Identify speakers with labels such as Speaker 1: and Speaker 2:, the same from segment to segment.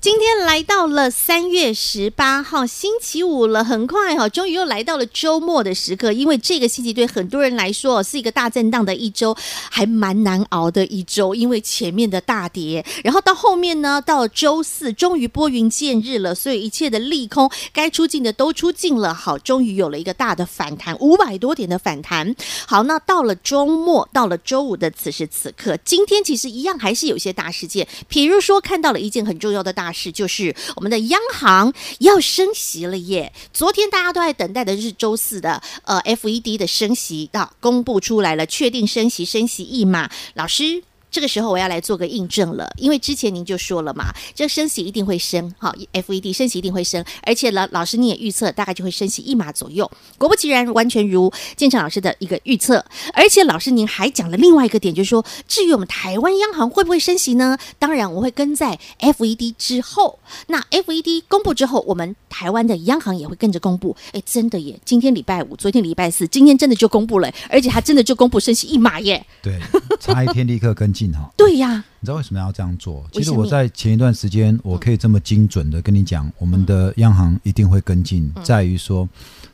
Speaker 1: 今天来到了三月十八号星期五了，很快哈、哦，终于又来到了周末的时刻。因为这个星期对很多人来说、哦、是一个大震荡的一周，还蛮难熬的一周，因为前面的大跌，然后到后面呢，到周四终于拨云见日了，所以一切的利空该出尽的都出尽了，好，终于有了一个大的反弹，五百多点的反弹。好，那到了周末，到了周五的此时此刻，今天其实一样还是有一些大事件，比如说看到了一件很重要的大。是，就是我们的央行要升息了耶！昨天大家都在等待的是周四的呃 FED 的升息啊，公布出来了，确定升息，升息一码。老师，这个时候我要来做个印证了，因为之前您就说了嘛，这升息一定会升，哈、哦、，FED 升息一定会升，而且老老师你也预测大概就会升息一码左右。果不其然，完全如建成老师的一个预测，而且老师您还讲了另外一个点，就是说，至于我们台湾央行会不会升息呢？当然，我会跟在 FED 之后。那 FED 公布之后，我们台湾的央行也会跟着公布。哎，真的耶！今天礼拜五，昨天礼拜四，今天真的就公布了，而且还真的就公布升息一码耶。。
Speaker 2: 对， 差一天立刻跟进哈
Speaker 1: 对呀，
Speaker 2: 你知道为什么要这样做？
Speaker 1: 为
Speaker 2: 其
Speaker 1: 什
Speaker 2: 实
Speaker 1: 么
Speaker 2: 我在前一段时间，我可以这么精准的跟你讲，我们的央行一定会跟进，
Speaker 1: 嗯
Speaker 2: 在于说，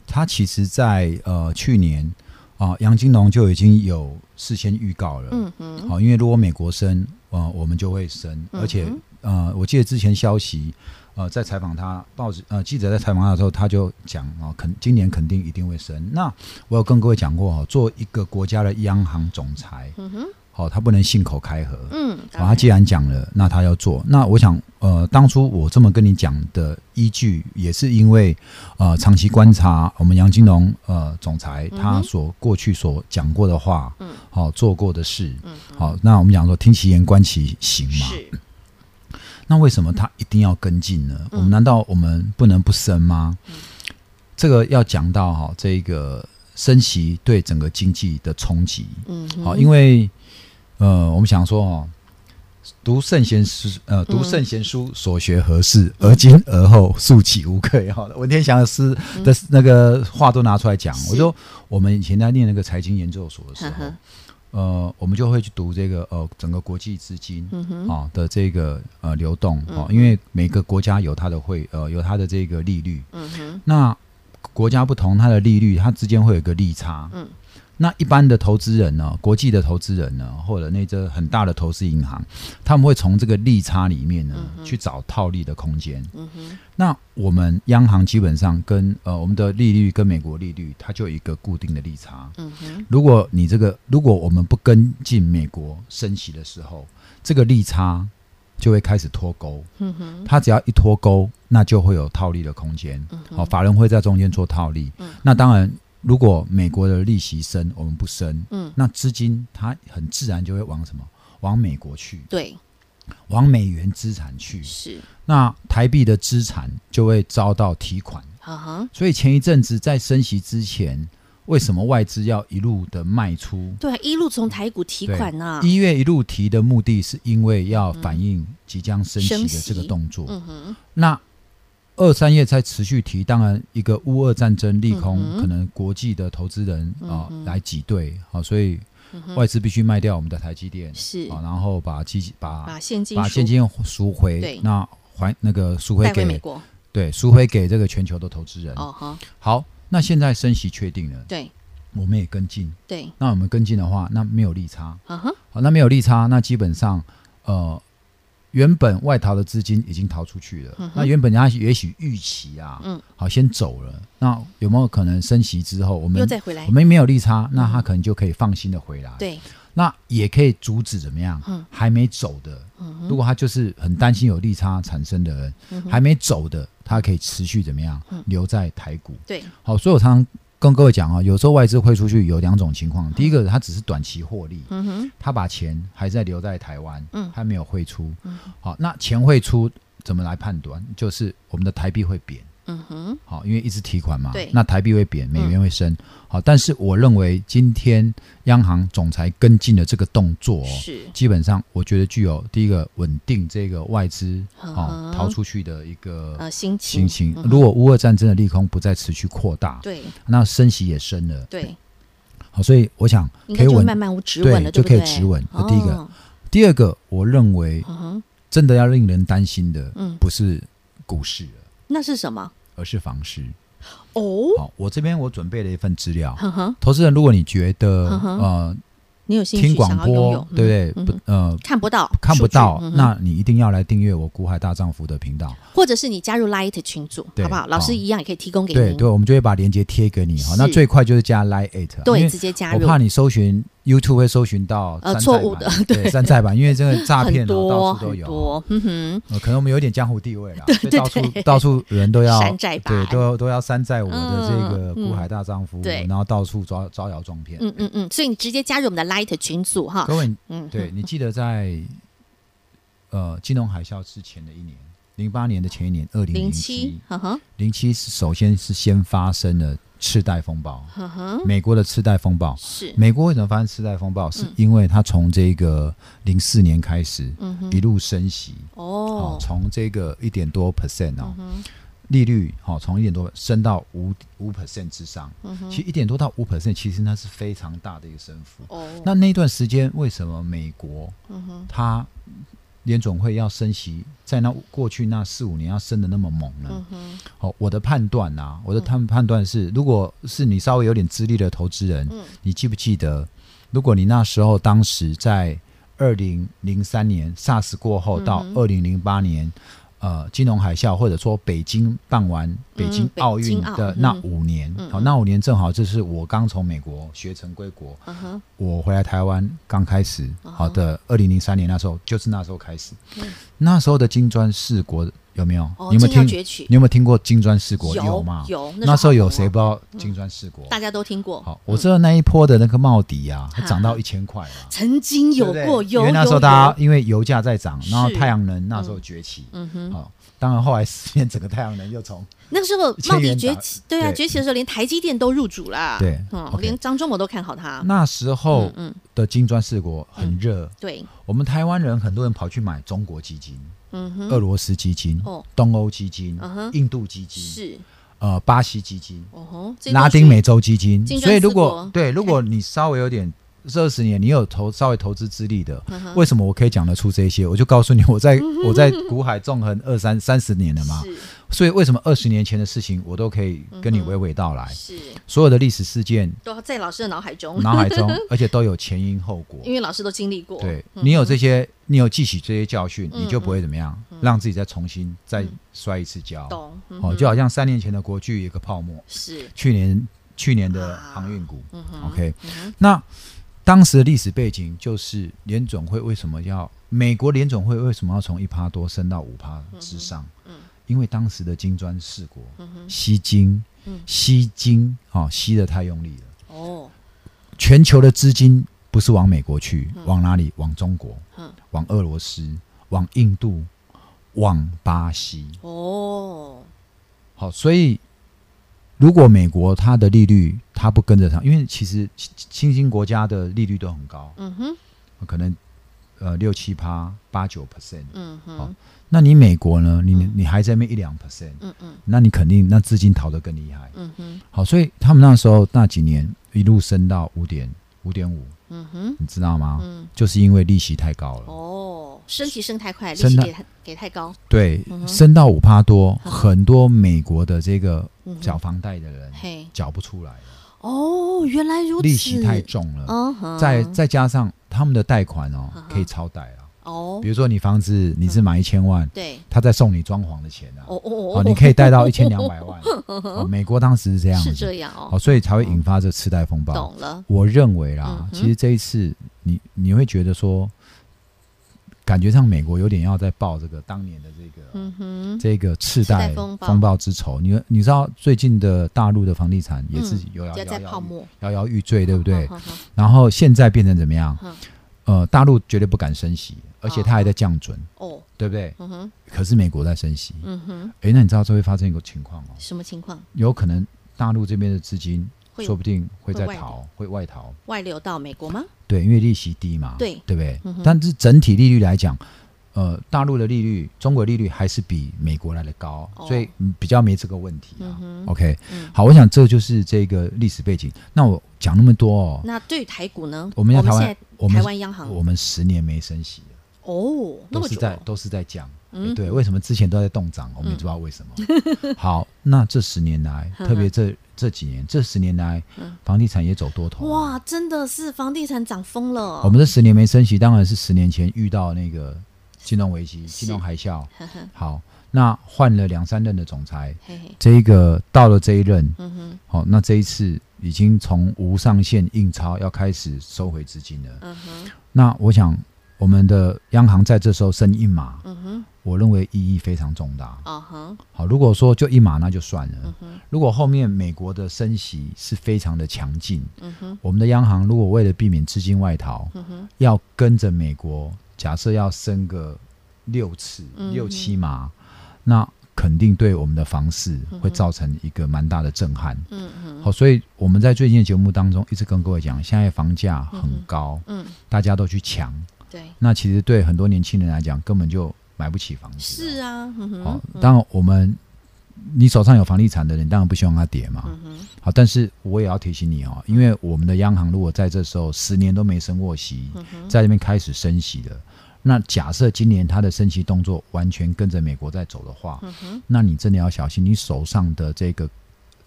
Speaker 2: 它其实在呃去年啊、杨金龙就已经有事先预告了，
Speaker 1: 嗯哼，
Speaker 2: 好、因为如果美国升，呃，我们就会升，而且、呃，我记得之前消息，呃，在采访他报纸，呃，记者在采访他的时候，他就讲啊、哦肯今年肯定一定会升。那我有跟各位讲过哦，做一个国家的央行总裁，
Speaker 1: 嗯哼，
Speaker 2: 好、他不能信口开河，
Speaker 1: 嗯，
Speaker 2: 好、他既然讲了，那他要做。那我想，呃，当初我这么跟你讲的依据，也是因为，呃，长期观察我们杨金龙呃总裁他所过去所讲过的话，嗯，好、做过的事，嗯，好、那我们讲说听其言观其行嘛，
Speaker 1: 是。
Speaker 2: 那为什么他一定要跟进呢？
Speaker 1: 嗯
Speaker 2: 我们难道我们不能不升吗？这个要讲到哈、这个升息对整个经济的冲击。
Speaker 1: 嗯哼，
Speaker 2: 好、因为呃，我们想说哦，读圣贤书，
Speaker 1: 嗯
Speaker 2: 呃，读圣贤书所学何事？而今而后，庶几无愧。哈、文天祥的诗的那个话都拿出来讲。
Speaker 1: 嗯是嗯
Speaker 2: 我说，我们以前在念那个财经研究所的时
Speaker 1: 呵
Speaker 2: 候
Speaker 1: 呵，
Speaker 2: 呃，我们就会去读这个呃整个国际资金
Speaker 1: 嗯哼，嗯
Speaker 2: 啊、的这个呃流动啊、哦因为每个国家有它的汇呃有它的这个利率，
Speaker 1: 嗯哼，
Speaker 2: 那国家不同，它的利率它之间会有一个利差。
Speaker 1: 嗯，
Speaker 2: 那一般的投资人呢，国际的投资人呢，或者那些很大的投资银行，他们会从这个利差里面呢、去找套利的空间。
Speaker 1: 嗯哼，
Speaker 2: 那我们央行基本上跟呃我们的利率跟美国利率，它就有一个固定的利差。
Speaker 1: 嗯哼，
Speaker 2: 如果你这个，如果我们不跟进美国升息的时候，这个利差就会开始脱钩。
Speaker 1: 嗯哼，
Speaker 2: 它只要一脱钩，那就会有套利的空间。好、法人会在中间做套利。
Speaker 1: 嗯
Speaker 2: 那当然，如果美国的利息升，我们不升，
Speaker 1: 嗯
Speaker 2: 那资金它很自然就会往什么？往美国去，
Speaker 1: 对，
Speaker 2: 往美元资产去。
Speaker 1: 是，
Speaker 2: 那台币的资产就会遭到提款。
Speaker 1: 哈啊哈，
Speaker 2: 所以前一阵子在升息之前，为什么外资要一路的卖出？
Speaker 1: 对啊，一路从台股提
Speaker 2: 对
Speaker 1: 款呐、
Speaker 2: 一月一路提的目的是因为要反映即将升息
Speaker 1: 升
Speaker 2: 的
Speaker 1: 息
Speaker 2: 这个动作。
Speaker 1: 嗯哼，
Speaker 2: 那二三月再持续提，当然一个乌俄战争利空，
Speaker 1: 嗯哼
Speaker 2: 可能国际的投资人
Speaker 1: 嗯
Speaker 2: 啊、
Speaker 1: 哼
Speaker 2: 来挤兑，好、所以
Speaker 1: 嗯哼
Speaker 2: 外资必须卖掉我们的台积电，
Speaker 1: 是
Speaker 2: 啊、然后把基把
Speaker 1: 把现金
Speaker 2: 把
Speaker 1: 赎
Speaker 2: 现金赎
Speaker 1: 对
Speaker 2: 回，那还那个赎回
Speaker 1: 带回
Speaker 2: 给
Speaker 1: 美国，
Speaker 2: 对赎回给这个全球的投资人。
Speaker 1: 哦哈，
Speaker 2: 好，那现在升息确定了，
Speaker 1: 对
Speaker 2: 我们也跟进，
Speaker 1: 对，
Speaker 2: 那我们跟进的话，那没有利差。
Speaker 1: 啊哈，
Speaker 2: 好，那没有利差，那基本上呃，原本外逃的资金已经逃出去了，那原本人家也许预期啊，
Speaker 1: 嗯，
Speaker 2: 好先走了，那有没有可能升息之后，我
Speaker 1: 又
Speaker 2: 们
Speaker 1: 再回来
Speaker 2: 我，们没有利差，那他可能就可以放心的回来，，
Speaker 1: 对，
Speaker 2: 那也可以阻止怎么样，
Speaker 1: 嗯
Speaker 2: 还没走的，如果他就是很担心有利差产生的人，
Speaker 1: 嗯
Speaker 2: 还没走的，他可以持续怎么样、留在台股，
Speaker 1: 对，
Speaker 2: 好，所以我常常跟各位讲啊，有时候外资汇出去有两种情况，第一个它只是短期获利，
Speaker 1: 嗯哼，
Speaker 2: 他把钱还在留在台湾，
Speaker 1: 嗯
Speaker 2: 还没有汇出。好、那钱汇出怎么来判断？就是我们的台币会贬，
Speaker 1: 嗯嗯哼，
Speaker 2: 好，因为一直提款嘛
Speaker 1: 对，嗯
Speaker 2: 那台币会贬，美元会升，好，但是我认为今天央行总裁跟进的这个动作、哦，
Speaker 1: 是
Speaker 2: 基本上我觉得具有第一个稳定这个外资
Speaker 1: 嗯
Speaker 2: 哦
Speaker 1: 哼
Speaker 2: 逃出去的一个
Speaker 1: 呃，心情，
Speaker 2: 情形。如果乌俄战争的利空不再持续扩大，
Speaker 1: 对
Speaker 2: 那升息也升了，
Speaker 1: 对，
Speaker 2: 好，所以我想
Speaker 1: 应该
Speaker 2: 可以
Speaker 1: 就会
Speaker 2: 稳
Speaker 1: 慢慢止稳了，
Speaker 2: 对
Speaker 1: 对不对？
Speaker 2: 就可以止稳这第一个
Speaker 1: 哦，
Speaker 2: 第二个，我认为
Speaker 1: 嗯哼，
Speaker 2: 真的要令人担心的
Speaker 1: 嗯，
Speaker 2: 不是股市了，
Speaker 1: 那是什么？
Speaker 2: 而是房市。
Speaker 1: 哦，
Speaker 2: 好，我这边我准备了一份资料。
Speaker 1: 哼哼，
Speaker 2: 投资人，如果你觉得
Speaker 1: 嗯哼
Speaker 2: 呃
Speaker 1: 你有兴
Speaker 2: 听
Speaker 1: 趣想
Speaker 2: 广
Speaker 1: 要拥
Speaker 2: 播
Speaker 1: 有，
Speaker 2: 对不
Speaker 1: 嗯
Speaker 2: 对？不呃
Speaker 1: 看不到，
Speaker 2: 看不
Speaker 1: 数据
Speaker 2: 到
Speaker 1: 嗯，哼
Speaker 2: 那你一定要来订阅我股海大丈夫的频道。
Speaker 1: 或者是你加入 Light 群组，
Speaker 2: 对
Speaker 1: 好不好？老师一样也可以提供给
Speaker 2: 对
Speaker 1: 您，
Speaker 2: 对，我们就会把链接贴给你。好，
Speaker 1: 是
Speaker 2: 那最快就是加 Line at，
Speaker 1: 对
Speaker 2: 因为
Speaker 1: 直接加
Speaker 2: 我
Speaker 1: 入。
Speaker 2: 怕你搜寻 YouTube 会搜寻到
Speaker 1: 呃
Speaker 2: 山寨
Speaker 1: 错
Speaker 2: 版
Speaker 1: 误的
Speaker 2: 对山寨版，因为这个诈骗
Speaker 1: 很
Speaker 2: 啊
Speaker 1: 多
Speaker 2: 到处都
Speaker 1: 很
Speaker 2: 有。
Speaker 1: 多，嗯哼，
Speaker 2: 呃，可能我们有点江湖地位啦，所 以
Speaker 1: 对
Speaker 2: 到处
Speaker 1: 对
Speaker 2: 到处人都要
Speaker 1: 山寨版
Speaker 2: 对，都都要山寨我的这个
Speaker 1: 嗯
Speaker 2: 古海大丈夫，
Speaker 1: 对
Speaker 2: 然后到处招招摇撞骗。
Speaker 1: 嗯嗯嗯，所以你直接加入我们的 Light 群组哈，
Speaker 2: 各位，
Speaker 1: 嗯，
Speaker 2: 对你记得在呃金融海啸之前的一年，零八年的前一年，二零
Speaker 1: 零
Speaker 2: 七
Speaker 1: 七，呵呵
Speaker 2: 零七是首先是先发生了次贷风暴，
Speaker 1: 呵呵，
Speaker 2: 美国的次贷风暴。
Speaker 1: 是，
Speaker 2: 美国为什么发生次贷风暴？是
Speaker 1: 嗯
Speaker 2: 因为它从这个零四年开始
Speaker 1: 嗯哼，
Speaker 2: 一路升息，哦
Speaker 1: 哦，，
Speaker 2: 从这个一点多 percent 哦，
Speaker 1: 嗯
Speaker 2: 利率好从一点多升到五五 percent 之上，
Speaker 1: 嗯哼，
Speaker 2: 其实一点多到五 percent，其实那是非常大的一个升幅。
Speaker 1: 哦，
Speaker 2: 那那段时间为什么美国
Speaker 1: 嗯哼，
Speaker 2: 它联总会要升息，在那过去那四五年要升的那么猛呢
Speaker 1: 嗯？哼，嗯
Speaker 2: 哦，我的判断啊，我的判判断是，如果是你稍微有点资历的投资人，
Speaker 1: 嗯
Speaker 2: 你记不记得，如果你那时候当时在二零零三年 SARS 过后到
Speaker 1: 嗯哼
Speaker 2: 二零零八年，呃，金融海啸或者说北京办完北京
Speaker 1: 嗯北
Speaker 2: 奥
Speaker 1: 京
Speaker 2: 运
Speaker 1: 奥
Speaker 2: 的
Speaker 1: 嗯
Speaker 2: 那五年，
Speaker 1: 嗯
Speaker 2: 好、那五年正好就是我刚从美国学成归国，
Speaker 1: 嗯哼，
Speaker 2: 我回来台湾刚开始，
Speaker 1: 嗯哼
Speaker 2: 好的，二零零三年那时候就是那时候开始，那时候的金砖四国有没有？
Speaker 1: 嗯哦
Speaker 2: 你有
Speaker 1: 金
Speaker 2: 没
Speaker 1: 曜
Speaker 2: 有听？
Speaker 1: 崛起
Speaker 2: 你有没有听过金砖四国？
Speaker 1: 有
Speaker 2: 吗？
Speaker 1: 有
Speaker 2: 那时候有谁
Speaker 1: 不？
Speaker 2: 不知道金砖四国？
Speaker 1: 大家都听过，嗯
Speaker 2: 好，我知道那一波的那个茂迪啊，它涨到一千块了。
Speaker 1: 曾经嗯有
Speaker 2: 对不
Speaker 1: 过，
Speaker 2: 对
Speaker 1: 有
Speaker 2: 因为那时候
Speaker 1: 有
Speaker 2: 大家
Speaker 1: 有
Speaker 2: 因为油价在涨，
Speaker 1: 是
Speaker 2: 然后太阳能那时候崛起，
Speaker 1: 嗯哼，
Speaker 2: 好，当然后来 十年整个太阳能又从
Speaker 1: 那时候
Speaker 2: 千
Speaker 1: 茂迪
Speaker 2: 元
Speaker 1: 崛
Speaker 2: 打
Speaker 1: 起，对啊，
Speaker 2: 对
Speaker 1: 崛起的时候连台积电都入主了，
Speaker 2: 对
Speaker 1: 嗯，
Speaker 2: OK
Speaker 1: 连张忠谋都看好他，
Speaker 2: 那时候
Speaker 1: 嗯嗯，
Speaker 2: 的金砖四国很热，
Speaker 1: 对，
Speaker 2: 我们台湾人很多人跑去买中国基金、
Speaker 1: 嗯哼，
Speaker 2: 俄罗斯基金
Speaker 1: 哦、
Speaker 2: 东欧基金
Speaker 1: 嗯哼、
Speaker 2: 印度基金、
Speaker 1: 是，
Speaker 2: 呃巴西基金、
Speaker 1: 哦吼，这
Speaker 2: 拉
Speaker 1: 都是
Speaker 2: 丁美洲基金。
Speaker 1: 金砖
Speaker 2: 所以如
Speaker 1: 四国
Speaker 2: 果对，如果你稍微有点这二十年，你有投稍微投资资历的，
Speaker 1: 嗯哼嗯
Speaker 2: 为什么我可以讲得出这些？我就告诉你，我在 我在股海纵横二三三十年了嘛，所以为什么二十年前的事情我都可以跟
Speaker 1: 嗯
Speaker 2: 你娓娓道来，
Speaker 1: 是是，
Speaker 2: 所有的历史事件
Speaker 1: 都在老师的脑海中，
Speaker 2: 脑海中，而且都有前因后果。
Speaker 1: 因为老师都经历过，
Speaker 2: 对
Speaker 1: 嗯
Speaker 2: 你有这些，你有记起这些教训，
Speaker 1: 嗯
Speaker 2: 你就不会怎么样，让自己再重新再摔一次跤。
Speaker 1: 懂，嗯
Speaker 2: 哦，就好像三年前的国巨有一个泡沫，
Speaker 1: 是，
Speaker 2: 去年去年的
Speaker 1: 啊
Speaker 2: 航运股。
Speaker 1: 嗯哼
Speaker 2: OK，
Speaker 1: 嗯哼
Speaker 2: 那当时的历史背景就是联总会为什么要美国联总会为什么要从一趴多升到五趴之上？
Speaker 1: 嗯嗯
Speaker 2: 因为当时的金砖四国
Speaker 1: 嗯哼，
Speaker 2: 吸金
Speaker 1: 嗯，
Speaker 2: 吸金啊、哦，吸的太用力了。
Speaker 1: 哦，
Speaker 2: 全球的资金不是往美国去，往哪里？往中国
Speaker 1: 嗯，
Speaker 2: 往俄罗斯，往印度，往巴西。
Speaker 1: 哦，
Speaker 2: 好、所以如果美国它的利率它不跟着上，因为其实新新兴国家的利率都很高，
Speaker 1: 嗯哼，
Speaker 2: 可能呃六七趴、八九 percent。
Speaker 1: 嗯
Speaker 2: 好
Speaker 1: 哼，
Speaker 2: 那你美国呢？你你还在那边一两 percent，
Speaker 1: 嗯嗯
Speaker 2: 那你肯定那资金逃得更厉害。
Speaker 1: 嗯哼，
Speaker 2: 好，所以他们那时候那几年一路升到五点五点五，
Speaker 1: 嗯哼，
Speaker 2: 你知道吗？
Speaker 1: 嗯，
Speaker 2: 就是因为利息太高了。
Speaker 1: 哦，升级升太快，利
Speaker 2: 升
Speaker 1: 息
Speaker 2: 的
Speaker 1: 给太给太高，
Speaker 2: 对，
Speaker 1: 嗯哼
Speaker 2: 升到五趴多，很多美国的这个
Speaker 1: 嗯哼
Speaker 2: 缴房贷的人
Speaker 1: 嘿，
Speaker 2: 缴不出来了，
Speaker 1: 哦，原来如此，
Speaker 2: 利息太重了。
Speaker 1: 嗯哼，
Speaker 2: 再再加上他们的贷款哦
Speaker 1: 嗯，哼
Speaker 2: 可以超贷啊。
Speaker 1: 哦
Speaker 2: 比，如说你房子你是买一千万，
Speaker 1: 对，
Speaker 2: 他再送你装潢的钱啊，
Speaker 1: 哦哦
Speaker 2: 哦，
Speaker 1: 哦，
Speaker 2: 你可以贷到一 千两百万。哦美国当时是这样
Speaker 1: 是
Speaker 2: 子，
Speaker 1: 这样哦
Speaker 2: 哦，，所以才会引发这次贷风暴。
Speaker 1: 懂了，
Speaker 2: 我认为啦
Speaker 1: 嗯，哼
Speaker 2: 其实这一次你你会觉得说，感觉上美国有点要在报这个当年的这个
Speaker 1: 嗯哼，
Speaker 2: 这个次贷
Speaker 1: 次贷风暴
Speaker 2: 风暴之仇。你你知道最近的大陆的房地产也是
Speaker 1: 嗯
Speaker 2: 有摇
Speaker 1: 要
Speaker 2: 摇
Speaker 1: 在
Speaker 2: 摇
Speaker 1: 泡
Speaker 2: 欲
Speaker 1: 沫，嗯
Speaker 2: 摇摇欲坠，对不对？
Speaker 1: 好好好
Speaker 2: 然后现在变成怎么样
Speaker 1: 嗯？
Speaker 2: 呃，大陆绝对不敢升息，而且它还在降准，
Speaker 1: 哦，
Speaker 2: 对不对？
Speaker 1: 嗯哼，
Speaker 2: 可是美国在升息，
Speaker 1: 嗯哼，
Speaker 2: 诶，那你知道这会发生一个情况哦，
Speaker 1: 什么情况？
Speaker 2: 有可能大陆这边的资金
Speaker 1: 会
Speaker 2: 说不定会
Speaker 1: 会
Speaker 2: 在
Speaker 1: 外流
Speaker 2: 逃，会外逃，
Speaker 1: 外流到美国吗？
Speaker 2: 对，因为利息低嘛，
Speaker 1: 对
Speaker 2: 不对
Speaker 1: 嗯哼？
Speaker 2: 但是整体利率来讲，呃，大陆的利率、中国利率还是比美国来的高，
Speaker 1: 哦
Speaker 2: 所以嗯比较没这个问题啊。
Speaker 1: 嗯
Speaker 2: OK，
Speaker 1: 嗯
Speaker 2: 好，我想这就是这个历史背景。那我讲那么多哦，
Speaker 1: 那对于台股呢？哦
Speaker 2: 我们要台
Speaker 1: 现
Speaker 2: 湾
Speaker 1: 在，
Speaker 2: 我们
Speaker 1: 台湾央行
Speaker 2: 我们十年没升息了，
Speaker 1: 哦，那
Speaker 2: 都
Speaker 1: 么
Speaker 2: 是
Speaker 1: 久
Speaker 2: 在
Speaker 1: 哦
Speaker 2: 都是在降。
Speaker 1: 嗯
Speaker 2: 对，为什么之前都在动涨，我们也不知道为什么。好，那这十 年来，
Speaker 1: 嗯哼
Speaker 2: 特别这这几年，这十年来，房地产也走多头。
Speaker 1: 嗯哇，真的是房地产涨疯了。
Speaker 2: 我们这十年没升息，当然是十年前遇到那个金融危机、金融海啸。
Speaker 1: 呵呵
Speaker 2: 好，那换了两三任的总裁，
Speaker 1: 嘿嘿，
Speaker 2: 这一个到了这一任，
Speaker 1: 嗯哼，
Speaker 2: 好、那这一次已经从无上限印钞要开始收回资金了。
Speaker 1: 嗯哼，
Speaker 2: 那我想，我们的央行在这时候升一码，
Speaker 1: 嗯哼，
Speaker 2: 我认为意义非常重大。
Speaker 1: 啊哈，
Speaker 2: 好，如果说就一码那就算
Speaker 1: 嗯
Speaker 2: 了。如果后面美国的升息是非常的强劲，
Speaker 1: 嗯哼，
Speaker 2: 我们的央行如果为了避免资金外逃，
Speaker 1: 嗯哼，
Speaker 2: 要跟着美国，假设要升个六次、
Speaker 1: 嗯
Speaker 2: 六七码，那肯定对我们的房市会造成一个蛮大的震撼。
Speaker 1: 嗯哼，
Speaker 2: 好，所以我们在最近的节目当中一直跟各位讲，现在房价很高，
Speaker 1: 嗯，
Speaker 2: 大家都去抢，
Speaker 1: 对，
Speaker 2: 那其实对很多年轻人来讲，根本就买不起房子。
Speaker 1: 是啊，嗯
Speaker 2: 好
Speaker 1: 哼，，
Speaker 2: 当然我们你手上有房地产的人，当然不希望它跌嘛。
Speaker 1: 嗯
Speaker 2: 好，但是我也要提醒你哦，因为我们的央行如果在这时候十年都没升过息，
Speaker 1: 嗯
Speaker 2: 在这边开始升息了。那假设今年它的升息动作完全跟着美国在走的话，
Speaker 1: 嗯
Speaker 2: 那你真的要小心，你手上的这个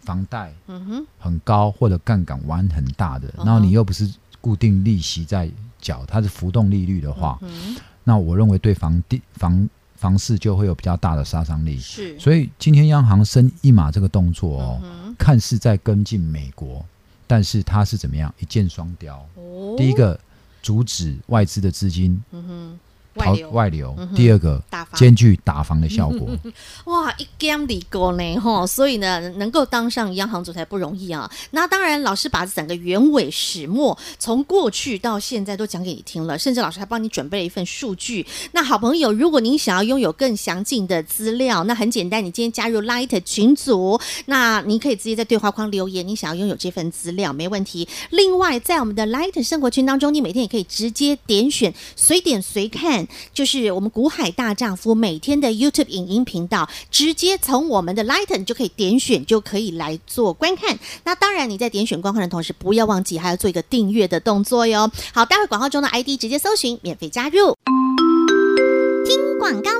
Speaker 2: 房贷
Speaker 1: 嗯哼，嗯
Speaker 2: 很高或者杠杆玩很大的，然后你又不是固定利息在缴，它是浮动利率的话，
Speaker 1: 嗯，
Speaker 2: 那我认为对房地房房市就会有比较大的杀伤力。
Speaker 1: 是，
Speaker 2: 所以今天央行升一码这个动作哦，
Speaker 1: 嗯
Speaker 2: 看似在跟进美国，但是它是怎么样一箭双雕？
Speaker 1: 哼，哦，
Speaker 2: 第一，个阻止外资的资金
Speaker 1: 嗯哼，
Speaker 2: 逃
Speaker 1: 外流，
Speaker 2: 外流第二个
Speaker 1: 大发
Speaker 2: 兼具打房的 效果。
Speaker 1: 哇，一 gam 里够呢吼，所以呢，能够当上央行总裁不容易啊。那当然，老师把整个原委始末，从过去到现在都讲给你听了，甚至老师还帮你准备了一份数据。那好朋友，如果您想要拥有更详尽的资料，那很简单，你今天加入 Light 群组，那您可以直接在对话框留言，你想要拥有这份资料，没问题。另外，在我们的 Light 生活圈当中，你每天也可以直接点选随点随看，就是我们股海大丈夫每天的 YouTube 影音频道，直接从我们的 Light 你就可以点选，就可以来做观看。那当然，你在点选观看的同时，不要忘记还要做一个订阅的动作哟。好，待会广告中的 ID 直接搜寻，免费加入。广告喽！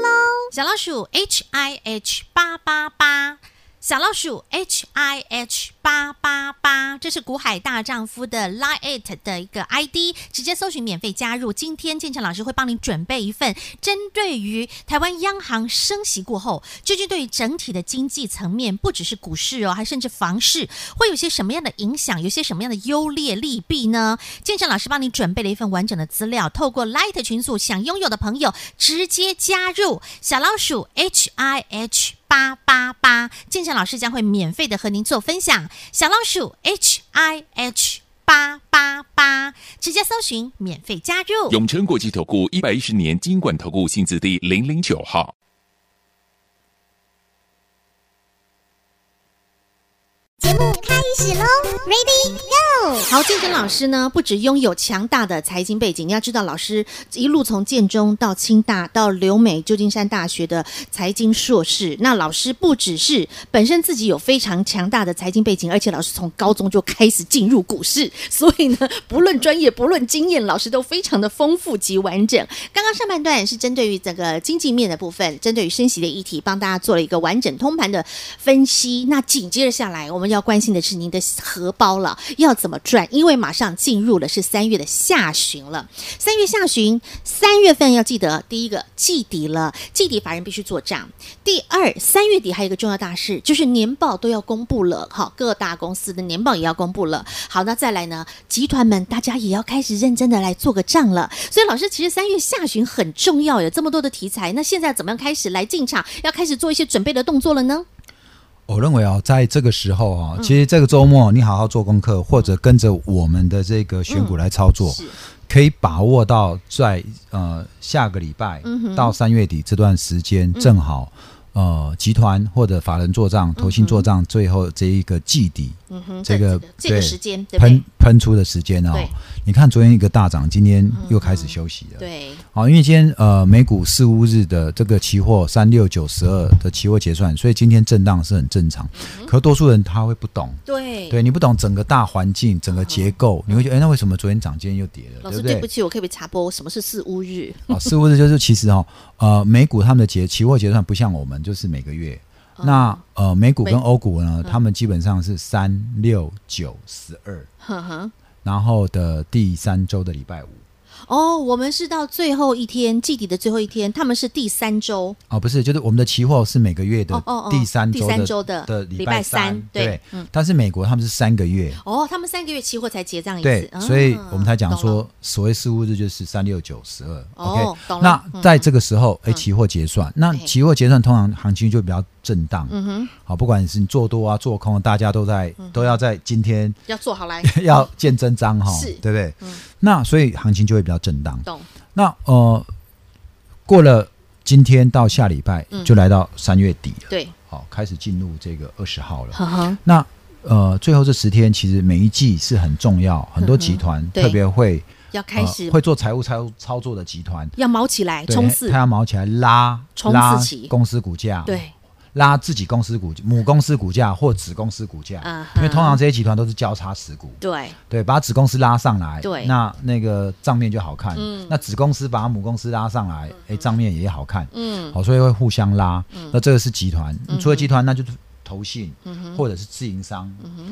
Speaker 1: 小老鼠 H I H 八八八，小老鼠 H I H 八八八，这是股海大丈夫的 Line It 的一个 ID，直接搜寻免费加入。今天建成老师会帮你准备一份针对于台湾央行升息过后，究竟对于整体的经济层面，不只是股市哦，还甚至房市，会有些什么样的影响，有些什么样的优劣利弊呢？建成老师帮你准备了一份完整的资料，透过 Light 群组想拥有的朋友直接加入小老鼠 H I H 八八八，建成老师将会免费的和您做分享。小老鼠 H I H 八八八，直接搜寻免费加入。
Speaker 3: 永诚国际投顾一百一十年金管投顾性质第零零九号。
Speaker 1: 好，建真老师呢，不只拥有强大的财经背景，你要知道，老师一路从建中到清大到留美旧金山大学的财经硕士。那老师不只是本身自己有非常强大的财经背景，而且老师从高中就开始进入股市，所以呢，不论专业，不论经验，老师都非常的丰富及完整。刚刚上半段是针对于整个经济面的部分，针对于升息的议题，帮大家做了一个完整通盘的分析。那紧接着下来，我们要关心的是您的荷包了，要怎么赚？因为马上进入了是三月的下旬了，三月下旬，三月份要记得第一个季底了，季底法人必须做账。第二，三月底还有一个重要大事，就是年报都要公布了，好，各大公司的年报也要公布了。好，那再来呢，集团们大家也要开始认真的来做个账了。所以老师，其实三月下旬很重要，有这么多的题材，那现在怎么样开始来进场，要开始做一些准备的动作了呢？
Speaker 2: 我认为哦，在这个时候哦，
Speaker 1: 嗯嗯
Speaker 2: 其实这个周末你好好做功课，或者跟着我们的这个选股来操作，
Speaker 1: 是，
Speaker 2: 可以把握到在呃下个礼拜
Speaker 1: 嗯
Speaker 2: 到三月底这段时间，正好呃集团或者法人做账、投信做账，最后这一个季底
Speaker 1: 嗯哼，
Speaker 2: 这个
Speaker 1: 这个
Speaker 2: 对
Speaker 1: 时间，对不
Speaker 2: 喷
Speaker 1: 对？
Speaker 2: 喷出的时间哦
Speaker 1: 对。嗯
Speaker 2: 你看昨天一个大涨，今天又开始休息了。
Speaker 1: 对，
Speaker 2: 好，因为今天呃美股四五日的这个期货三六九十二的期货结算，所以今天震荡是很正常。可多数人他会不懂，
Speaker 1: 嗯对，嗯
Speaker 2: 对你不懂整个大环境、整个结构，你会觉得哎，那为什么昨天涨，今天又跌了，
Speaker 1: 老
Speaker 2: 对
Speaker 1: 师，
Speaker 2: 不
Speaker 1: 对不
Speaker 2: 对？
Speaker 1: 起，我可不可以插播什么是四乌日？
Speaker 2: 啊，四五日就是其实哦，呃，美股他们的结期货结算不像我们，就是每个月。那呃，美股跟
Speaker 1: 哦美嗯
Speaker 2: 欧股呢，他们基本上是三六九十二，
Speaker 1: 哼哼，
Speaker 2: 然后的第三周的礼拜五。
Speaker 1: 哦，我们是到最后一天，季底的最后一天，他们是第三周，
Speaker 2: 哦，不是，就是我们的期货是每个月的
Speaker 1: 哦哦哦
Speaker 2: 第三
Speaker 1: 第
Speaker 2: 周的、
Speaker 1: 三周的
Speaker 2: 的
Speaker 1: 礼
Speaker 2: 礼
Speaker 1: 拜
Speaker 2: 拜
Speaker 1: 三
Speaker 2: 三，
Speaker 1: 对嗯
Speaker 2: 对。但是美国他们是三个月，
Speaker 1: 哦，他们三个月期货才结账一次，
Speaker 2: 对，
Speaker 1: 嗯
Speaker 2: 所以我们才讲，
Speaker 1: 懂了
Speaker 2: 说所谓事务日就是三六九十二。
Speaker 1: 哦
Speaker 2: OK，
Speaker 1: 懂了嗯
Speaker 2: 那在这个时候，哎，期货结算，那期货结算通常行情就比较震荡，嗯哼，好，不管是你做多啊做空，大家都在
Speaker 1: 嗯
Speaker 2: 都要在今天
Speaker 1: 要做好来，
Speaker 2: 要见真章哈，
Speaker 1: 是嗯
Speaker 2: 对不对？那所以行情就会比较震荡。
Speaker 1: 懂，
Speaker 2: 那呃，过了今天到下礼拜，
Speaker 1: 嗯
Speaker 2: 就来到三月底了，
Speaker 1: 对，
Speaker 2: 好，开始进入这个二十号了。
Speaker 1: 哼哼，
Speaker 2: 那呃，最后这十天其实每一季是很重要，很多集团
Speaker 1: 嗯对
Speaker 2: 特别会
Speaker 1: 要开始
Speaker 2: 呃、会做财务操操作的集团，
Speaker 1: 要毛起来，
Speaker 2: 对
Speaker 1: 冲刺
Speaker 2: 他，要毛起来拉
Speaker 1: 冲刺
Speaker 2: 拉
Speaker 1: 期
Speaker 2: 公司股价，，
Speaker 1: 对，
Speaker 2: 拉自己公司股母公司股价或子公司股价
Speaker 1: 嗯哼
Speaker 2: 因为通常这些集团都是交叉持股。
Speaker 1: 对，
Speaker 2: 对，把子公司拉上来，
Speaker 1: 对
Speaker 2: 那那个账面就好看。嗯，那子公司把母公司拉上来，哎，账面也好看。
Speaker 1: 嗯，
Speaker 2: 好，所以会互相拉。那这个是集团，除了集团，那就是投信，
Speaker 1: 嗯
Speaker 2: 或者是自营商。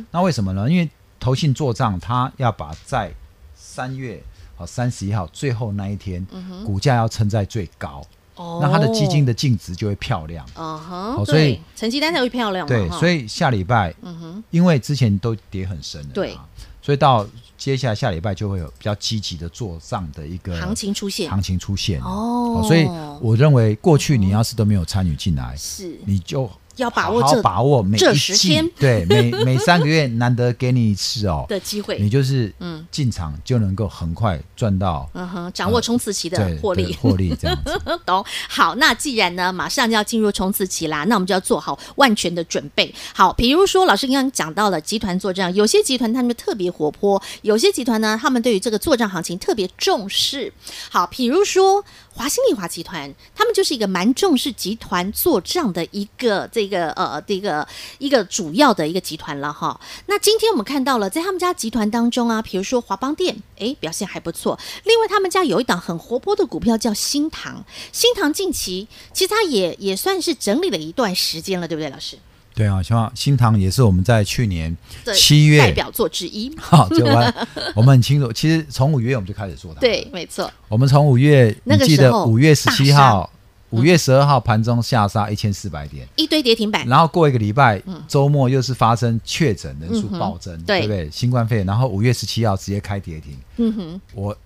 Speaker 2: 那为什么呢？因为投信做账，它要把在三月好三十一号最后那一天，股价要撑在最高，
Speaker 1: 嗯哦，
Speaker 2: 那它的基金，的净值就会漂亮。
Speaker 1: 嗯哼，
Speaker 2: 好所以
Speaker 1: 对成绩单才会漂亮嘛，
Speaker 2: 对，所
Speaker 1: 以，
Speaker 2: 以下礼拜，
Speaker 1: 啊嗯哼，
Speaker 2: 因为之前都跌很深了嘛，
Speaker 1: 对
Speaker 2: 所以到接下来下礼拜就会有比较积极的做账的一个
Speaker 1: 行情出现
Speaker 2: 行情出现
Speaker 1: 哦
Speaker 2: 所以我认为过去你要是都没有参与进来，
Speaker 1: 是
Speaker 2: 你就
Speaker 1: 要把握
Speaker 2: 好好
Speaker 1: 这
Speaker 2: 把握每
Speaker 1: 这
Speaker 2: 一
Speaker 1: 10
Speaker 2: 季
Speaker 1: 天，
Speaker 2: 对，每 每三个月难得给你一次哦，
Speaker 1: 的机
Speaker 2: 你
Speaker 1: 会，
Speaker 2: 就是
Speaker 1: 嗯
Speaker 2: 进场就能够很快赚到
Speaker 1: 嗯哼，掌握冲刺期的
Speaker 2: 对
Speaker 1: 获
Speaker 2: 对
Speaker 1: 利，
Speaker 2: 获利这样子。
Speaker 1: 懂。好，那既然呢，马上就要进入冲刺期啦，那我们就要做好万全的准备。好，比如说老师刚刚讲到了集团做账，有些集团他们特别活泼，有些集团呢，他们对于这个做账行情特别重视。好，比如说华兴丽华集团，他们就是一个蛮重视集团做账的一个这个呃这个一个主要的一个集团了哈。那今天我们看到了，在他们家集团当中啊，比如说华邦店，诶，表现还不错。另外，他们家有一档很活泼的股票叫新塘，新塘近期其实它也也算是整理了一段时间了，对不对，老师？
Speaker 2: 对啊，希望新塘也是我们在去年
Speaker 1: 这
Speaker 2: 七月
Speaker 1: 代表作之一，
Speaker 2: 好，就完。我们很清楚，其实从五月我们就开始做它。
Speaker 1: 对，，没错，
Speaker 2: 我们从五月，
Speaker 1: 那
Speaker 2: 你
Speaker 1: 个
Speaker 2: 记
Speaker 1: 时
Speaker 2: 得
Speaker 1: 候嗯
Speaker 2: 五月十七号、
Speaker 1: 杀
Speaker 2: 五月十二号盘中下杀一千四百点，
Speaker 1: 一堆跌停板，
Speaker 2: 然后过一个礼拜，周末又是发生确诊人数暴增，
Speaker 1: 嗯对
Speaker 2: 对不对？新冠肺炎，然后五月十七号直接开跌停。
Speaker 1: 嗯哼，
Speaker 2: 我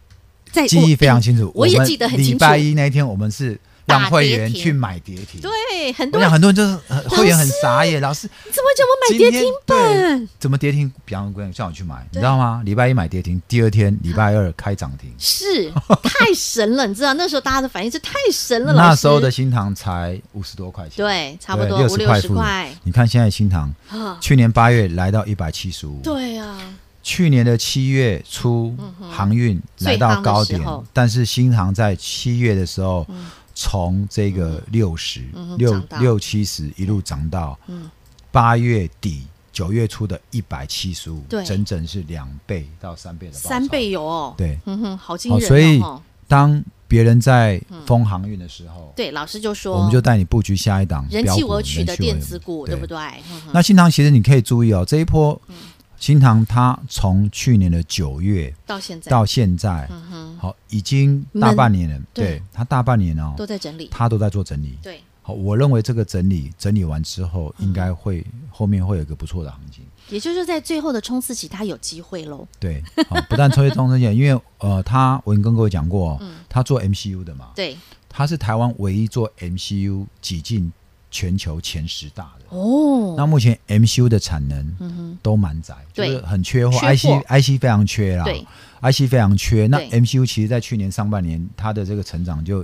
Speaker 1: 在
Speaker 2: 记忆非常清楚，
Speaker 1: 我也
Speaker 2: 们
Speaker 1: 记得很清楚
Speaker 2: 礼拜一那一天，我们是让
Speaker 1: 打
Speaker 2: 会
Speaker 1: 跌
Speaker 2: 员
Speaker 1: 停
Speaker 2: 去买跌停。
Speaker 1: 对很
Speaker 2: 我
Speaker 1: 多人
Speaker 2: 想很多人就是很
Speaker 1: 师
Speaker 2: 会员很傻眼，老师
Speaker 1: 怎么叫我买跌停
Speaker 2: 今
Speaker 1: 板
Speaker 2: 天对？怎么跌停？比方说叫我去买，你知道吗？礼拜一买跌停，第二天礼拜二开涨停。
Speaker 1: 是太神了，你知道那时候大家的反应是太神了，老
Speaker 2: 那
Speaker 1: 师
Speaker 2: 时候的新塘才五十多块钱，
Speaker 1: 对，差
Speaker 2: 对，
Speaker 1: 不多五六
Speaker 2: 块
Speaker 1: 十
Speaker 2: 附近
Speaker 1: 块，。
Speaker 2: 你看现在新塘，
Speaker 1: 啊
Speaker 2: 去年八月来到一百七十五，
Speaker 1: 对啊，
Speaker 2: 去年的七月初航运来到高
Speaker 1: 嗯最夯的
Speaker 2: 点
Speaker 1: 时候，
Speaker 2: 但是新航在七月的时候，从这个六十
Speaker 1: 嗯
Speaker 2: 六
Speaker 1: 涨到嗯
Speaker 2: 六七十一路涨到八月底。九月初的一百七十五
Speaker 1: 对，
Speaker 2: 整整是两倍到三倍的报酬
Speaker 1: 三倍有哦，
Speaker 2: 对，
Speaker 1: 嗯哼，好惊
Speaker 2: 好，
Speaker 1: 人、哦，
Speaker 2: 所以当别人在封航运的时候，
Speaker 1: 嗯对老师就说，
Speaker 2: 我们就带你布局下一档
Speaker 1: 人
Speaker 2: 标
Speaker 1: 气
Speaker 2: 股
Speaker 1: 我取的
Speaker 2: 人气我
Speaker 1: 电子股，对嗯
Speaker 2: 对
Speaker 1: 不对？嗯哼
Speaker 2: 那新塘其实你可以注意哦，这一波新塘它从去年的九月
Speaker 1: 到现在
Speaker 2: 到现在，
Speaker 1: 嗯哼，
Speaker 2: 好已经大半年了，
Speaker 1: 对
Speaker 2: 对它大半年哦，
Speaker 1: 都在整理，
Speaker 2: 它都在做整理。
Speaker 1: 对，嗯
Speaker 2: 好，我认为这个整理整理完之后，应该会后面会有一个不错的行情。
Speaker 1: 也就是在最后的冲刺期，它有机会喽。
Speaker 2: 对，好，不但超越中证线， 因为呃，他我已经跟各位讲过，哦他做 MCU 的嘛，
Speaker 1: 嗯对，
Speaker 2: 他是台湾唯一做 MCU 挤进全球前十大的。
Speaker 1: 哦，
Speaker 2: 那目前 MCU 的产能都满载，就
Speaker 1: 嗯对
Speaker 2: 是很缺货
Speaker 1: 缺货
Speaker 2: ，IC IC 非常缺啦
Speaker 1: 对
Speaker 2: ，IC 非常缺。那
Speaker 1: 对
Speaker 2: MCU 其实在去年上半年它的这个成长就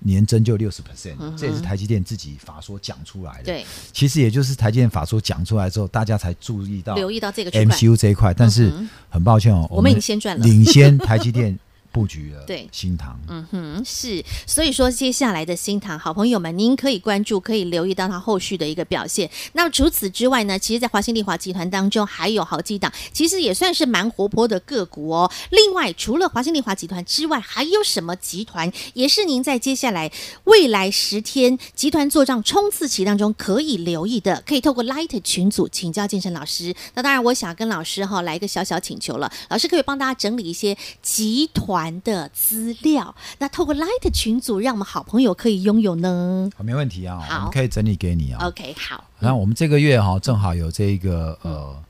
Speaker 2: 年增就六十 percent，
Speaker 1: 嗯嗯哼
Speaker 2: 这也是台积电自己法说讲出来的。，
Speaker 1: 对，
Speaker 2: 其实也就是台积电法说讲出来之后，大家才注意到
Speaker 1: 留意到这个区块，
Speaker 2: MCU 这一块，但是
Speaker 1: 嗯
Speaker 2: 很抱歉哦，
Speaker 1: 我们已经先赚了。
Speaker 2: 领 先台积电布局了
Speaker 1: 对
Speaker 2: 新塘。
Speaker 1: 嗯哼，是，所以说接下来的新塘好朋友们，您可以关注，可以留意到它后续的一个表现。那除此之外呢，其实，在华兴丽华集团当中还有好几档，其实也算是蛮活泼的个股哦。另外，除了华兴丽华集团之外，还有什么集团也是您在接下来未来十天集团做账冲刺期当中可以留意的？可以透过 Light 群组请教健身老师。那当然，我想跟老师哈来一个小小请求了，老师可不可以帮大家整理一些集团的资料。那透过 Light 群组，让我们好朋友可以拥有呢。
Speaker 2: 好，没问题啊，
Speaker 1: 好
Speaker 2: 我们可以整理给你啊。
Speaker 1: OK，好，
Speaker 2: 然后我们这个月哈，正好有这个
Speaker 1: 嗯
Speaker 2: 呃，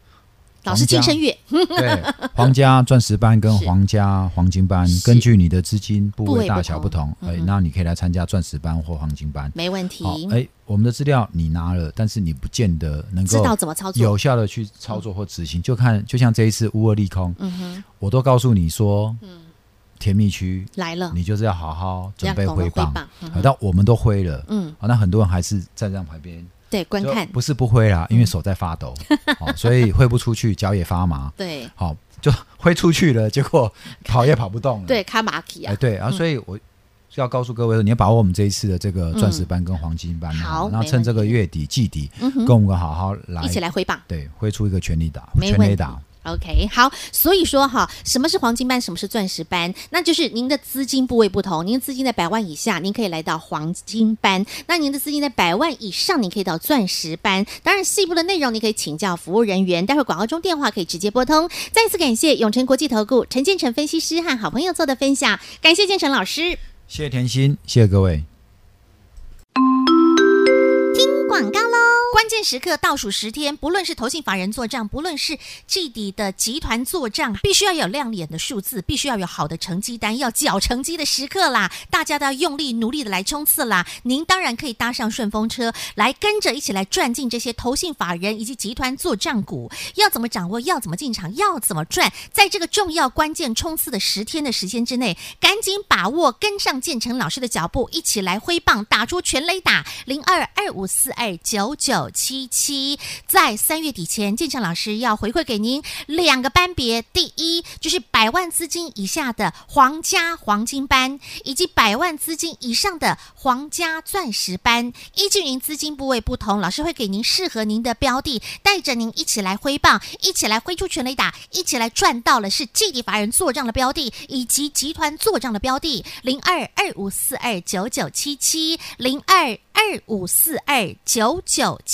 Speaker 1: 老师金声月
Speaker 2: 对，皇家钻石班跟
Speaker 1: 是
Speaker 2: 皇家黄金班
Speaker 1: 是，嗯
Speaker 2: 根据你的资金部
Speaker 1: 部位
Speaker 2: 位大
Speaker 1: 不
Speaker 2: 小
Speaker 1: 同
Speaker 2: 不同，哎，那你可以来参加钻石班或黄金班。
Speaker 1: 没问题，
Speaker 2: 好，哎，我们的资料你拿了，但是你不见得能
Speaker 1: 知
Speaker 2: 够
Speaker 1: 道怎嗯么操作。
Speaker 2: 有效的去操作或执行，就看就像这一次乌俄利空，
Speaker 1: 嗯
Speaker 2: 我都告诉你说，甜蜜区
Speaker 1: 来了，
Speaker 2: 你就是要好好准备
Speaker 1: 嗯要懂得
Speaker 2: 挥棒
Speaker 1: 挥棒嗯，
Speaker 2: 好，但我们都挥了，
Speaker 1: 嗯，
Speaker 2: 好，那很多人还是站在旁边
Speaker 1: 对，观
Speaker 2: 就
Speaker 1: 看，嗯
Speaker 2: 不是不挥啦，因为手在发抖，好，所以挥不出去，脚也发麻，
Speaker 1: 对
Speaker 2: 好，就 挥出去了，结果跑也跑不动了，
Speaker 1: 对，卡马基
Speaker 2: 哎
Speaker 1: 啊，
Speaker 2: 对啊，所以我就要告诉各位，你要把握我们这一次的这个钻石班跟黄金班，
Speaker 1: 嗯
Speaker 2: 啊
Speaker 1: 好
Speaker 2: 然后趁这个月底季底，
Speaker 1: 嗯哼
Speaker 2: 跟我们好好来
Speaker 1: 一起来挥棒。
Speaker 2: 对，挥出一个全力打，
Speaker 1: 没
Speaker 2: 全
Speaker 1: 问
Speaker 2: 力
Speaker 1: 题
Speaker 2: 打，
Speaker 1: OK，好，所以说哈，什么是黄金班，什么是钻石班？那就是您的资金部位不同，您的资金在百万以下，您可以来到黄金班；那您的资金在百万以上，您可以到钻石班。当然，细部的内容你可以请教服务人员，待会儿广告中电话可以直接拨通。再次感谢永诚国际投顾陈建成分析师和好朋友做的分享，感谢建成老师。
Speaker 2: 谢谢甜心，谢谢各位。
Speaker 1: 广告喽！关键时刻倒数十天，不论是投信法人做账，不论是 G 底的集团做账，必须要有亮眼的数字，必须要有好的成绩单，要缴成绩的时刻啦！大家都要用力努力的来冲刺啦！您当然可以搭上顺风车，来跟着一起来赚进这些投信法人以及集团做账股。要怎么掌握？要怎么进场？要怎么赚？在这个重要关键冲刺的十天的时间之内，赶紧把握，跟上建成老师的脚步，一起来挥棒打出全垒打零二二五四二九九七七。在三月底前，建成老师要回馈给您两个班别，第一就是百万资金以下的皇家黄金班，以及百万资金以上的皇家钻石班。依据您资金部位不同，老师会给您适合您的标的，带着您一起来挥棒，一起来挥出全垒打，一起来赚到了是基地法人做账的标的，以及集团做账的标的零二二五四二九九七七零二二五四二九九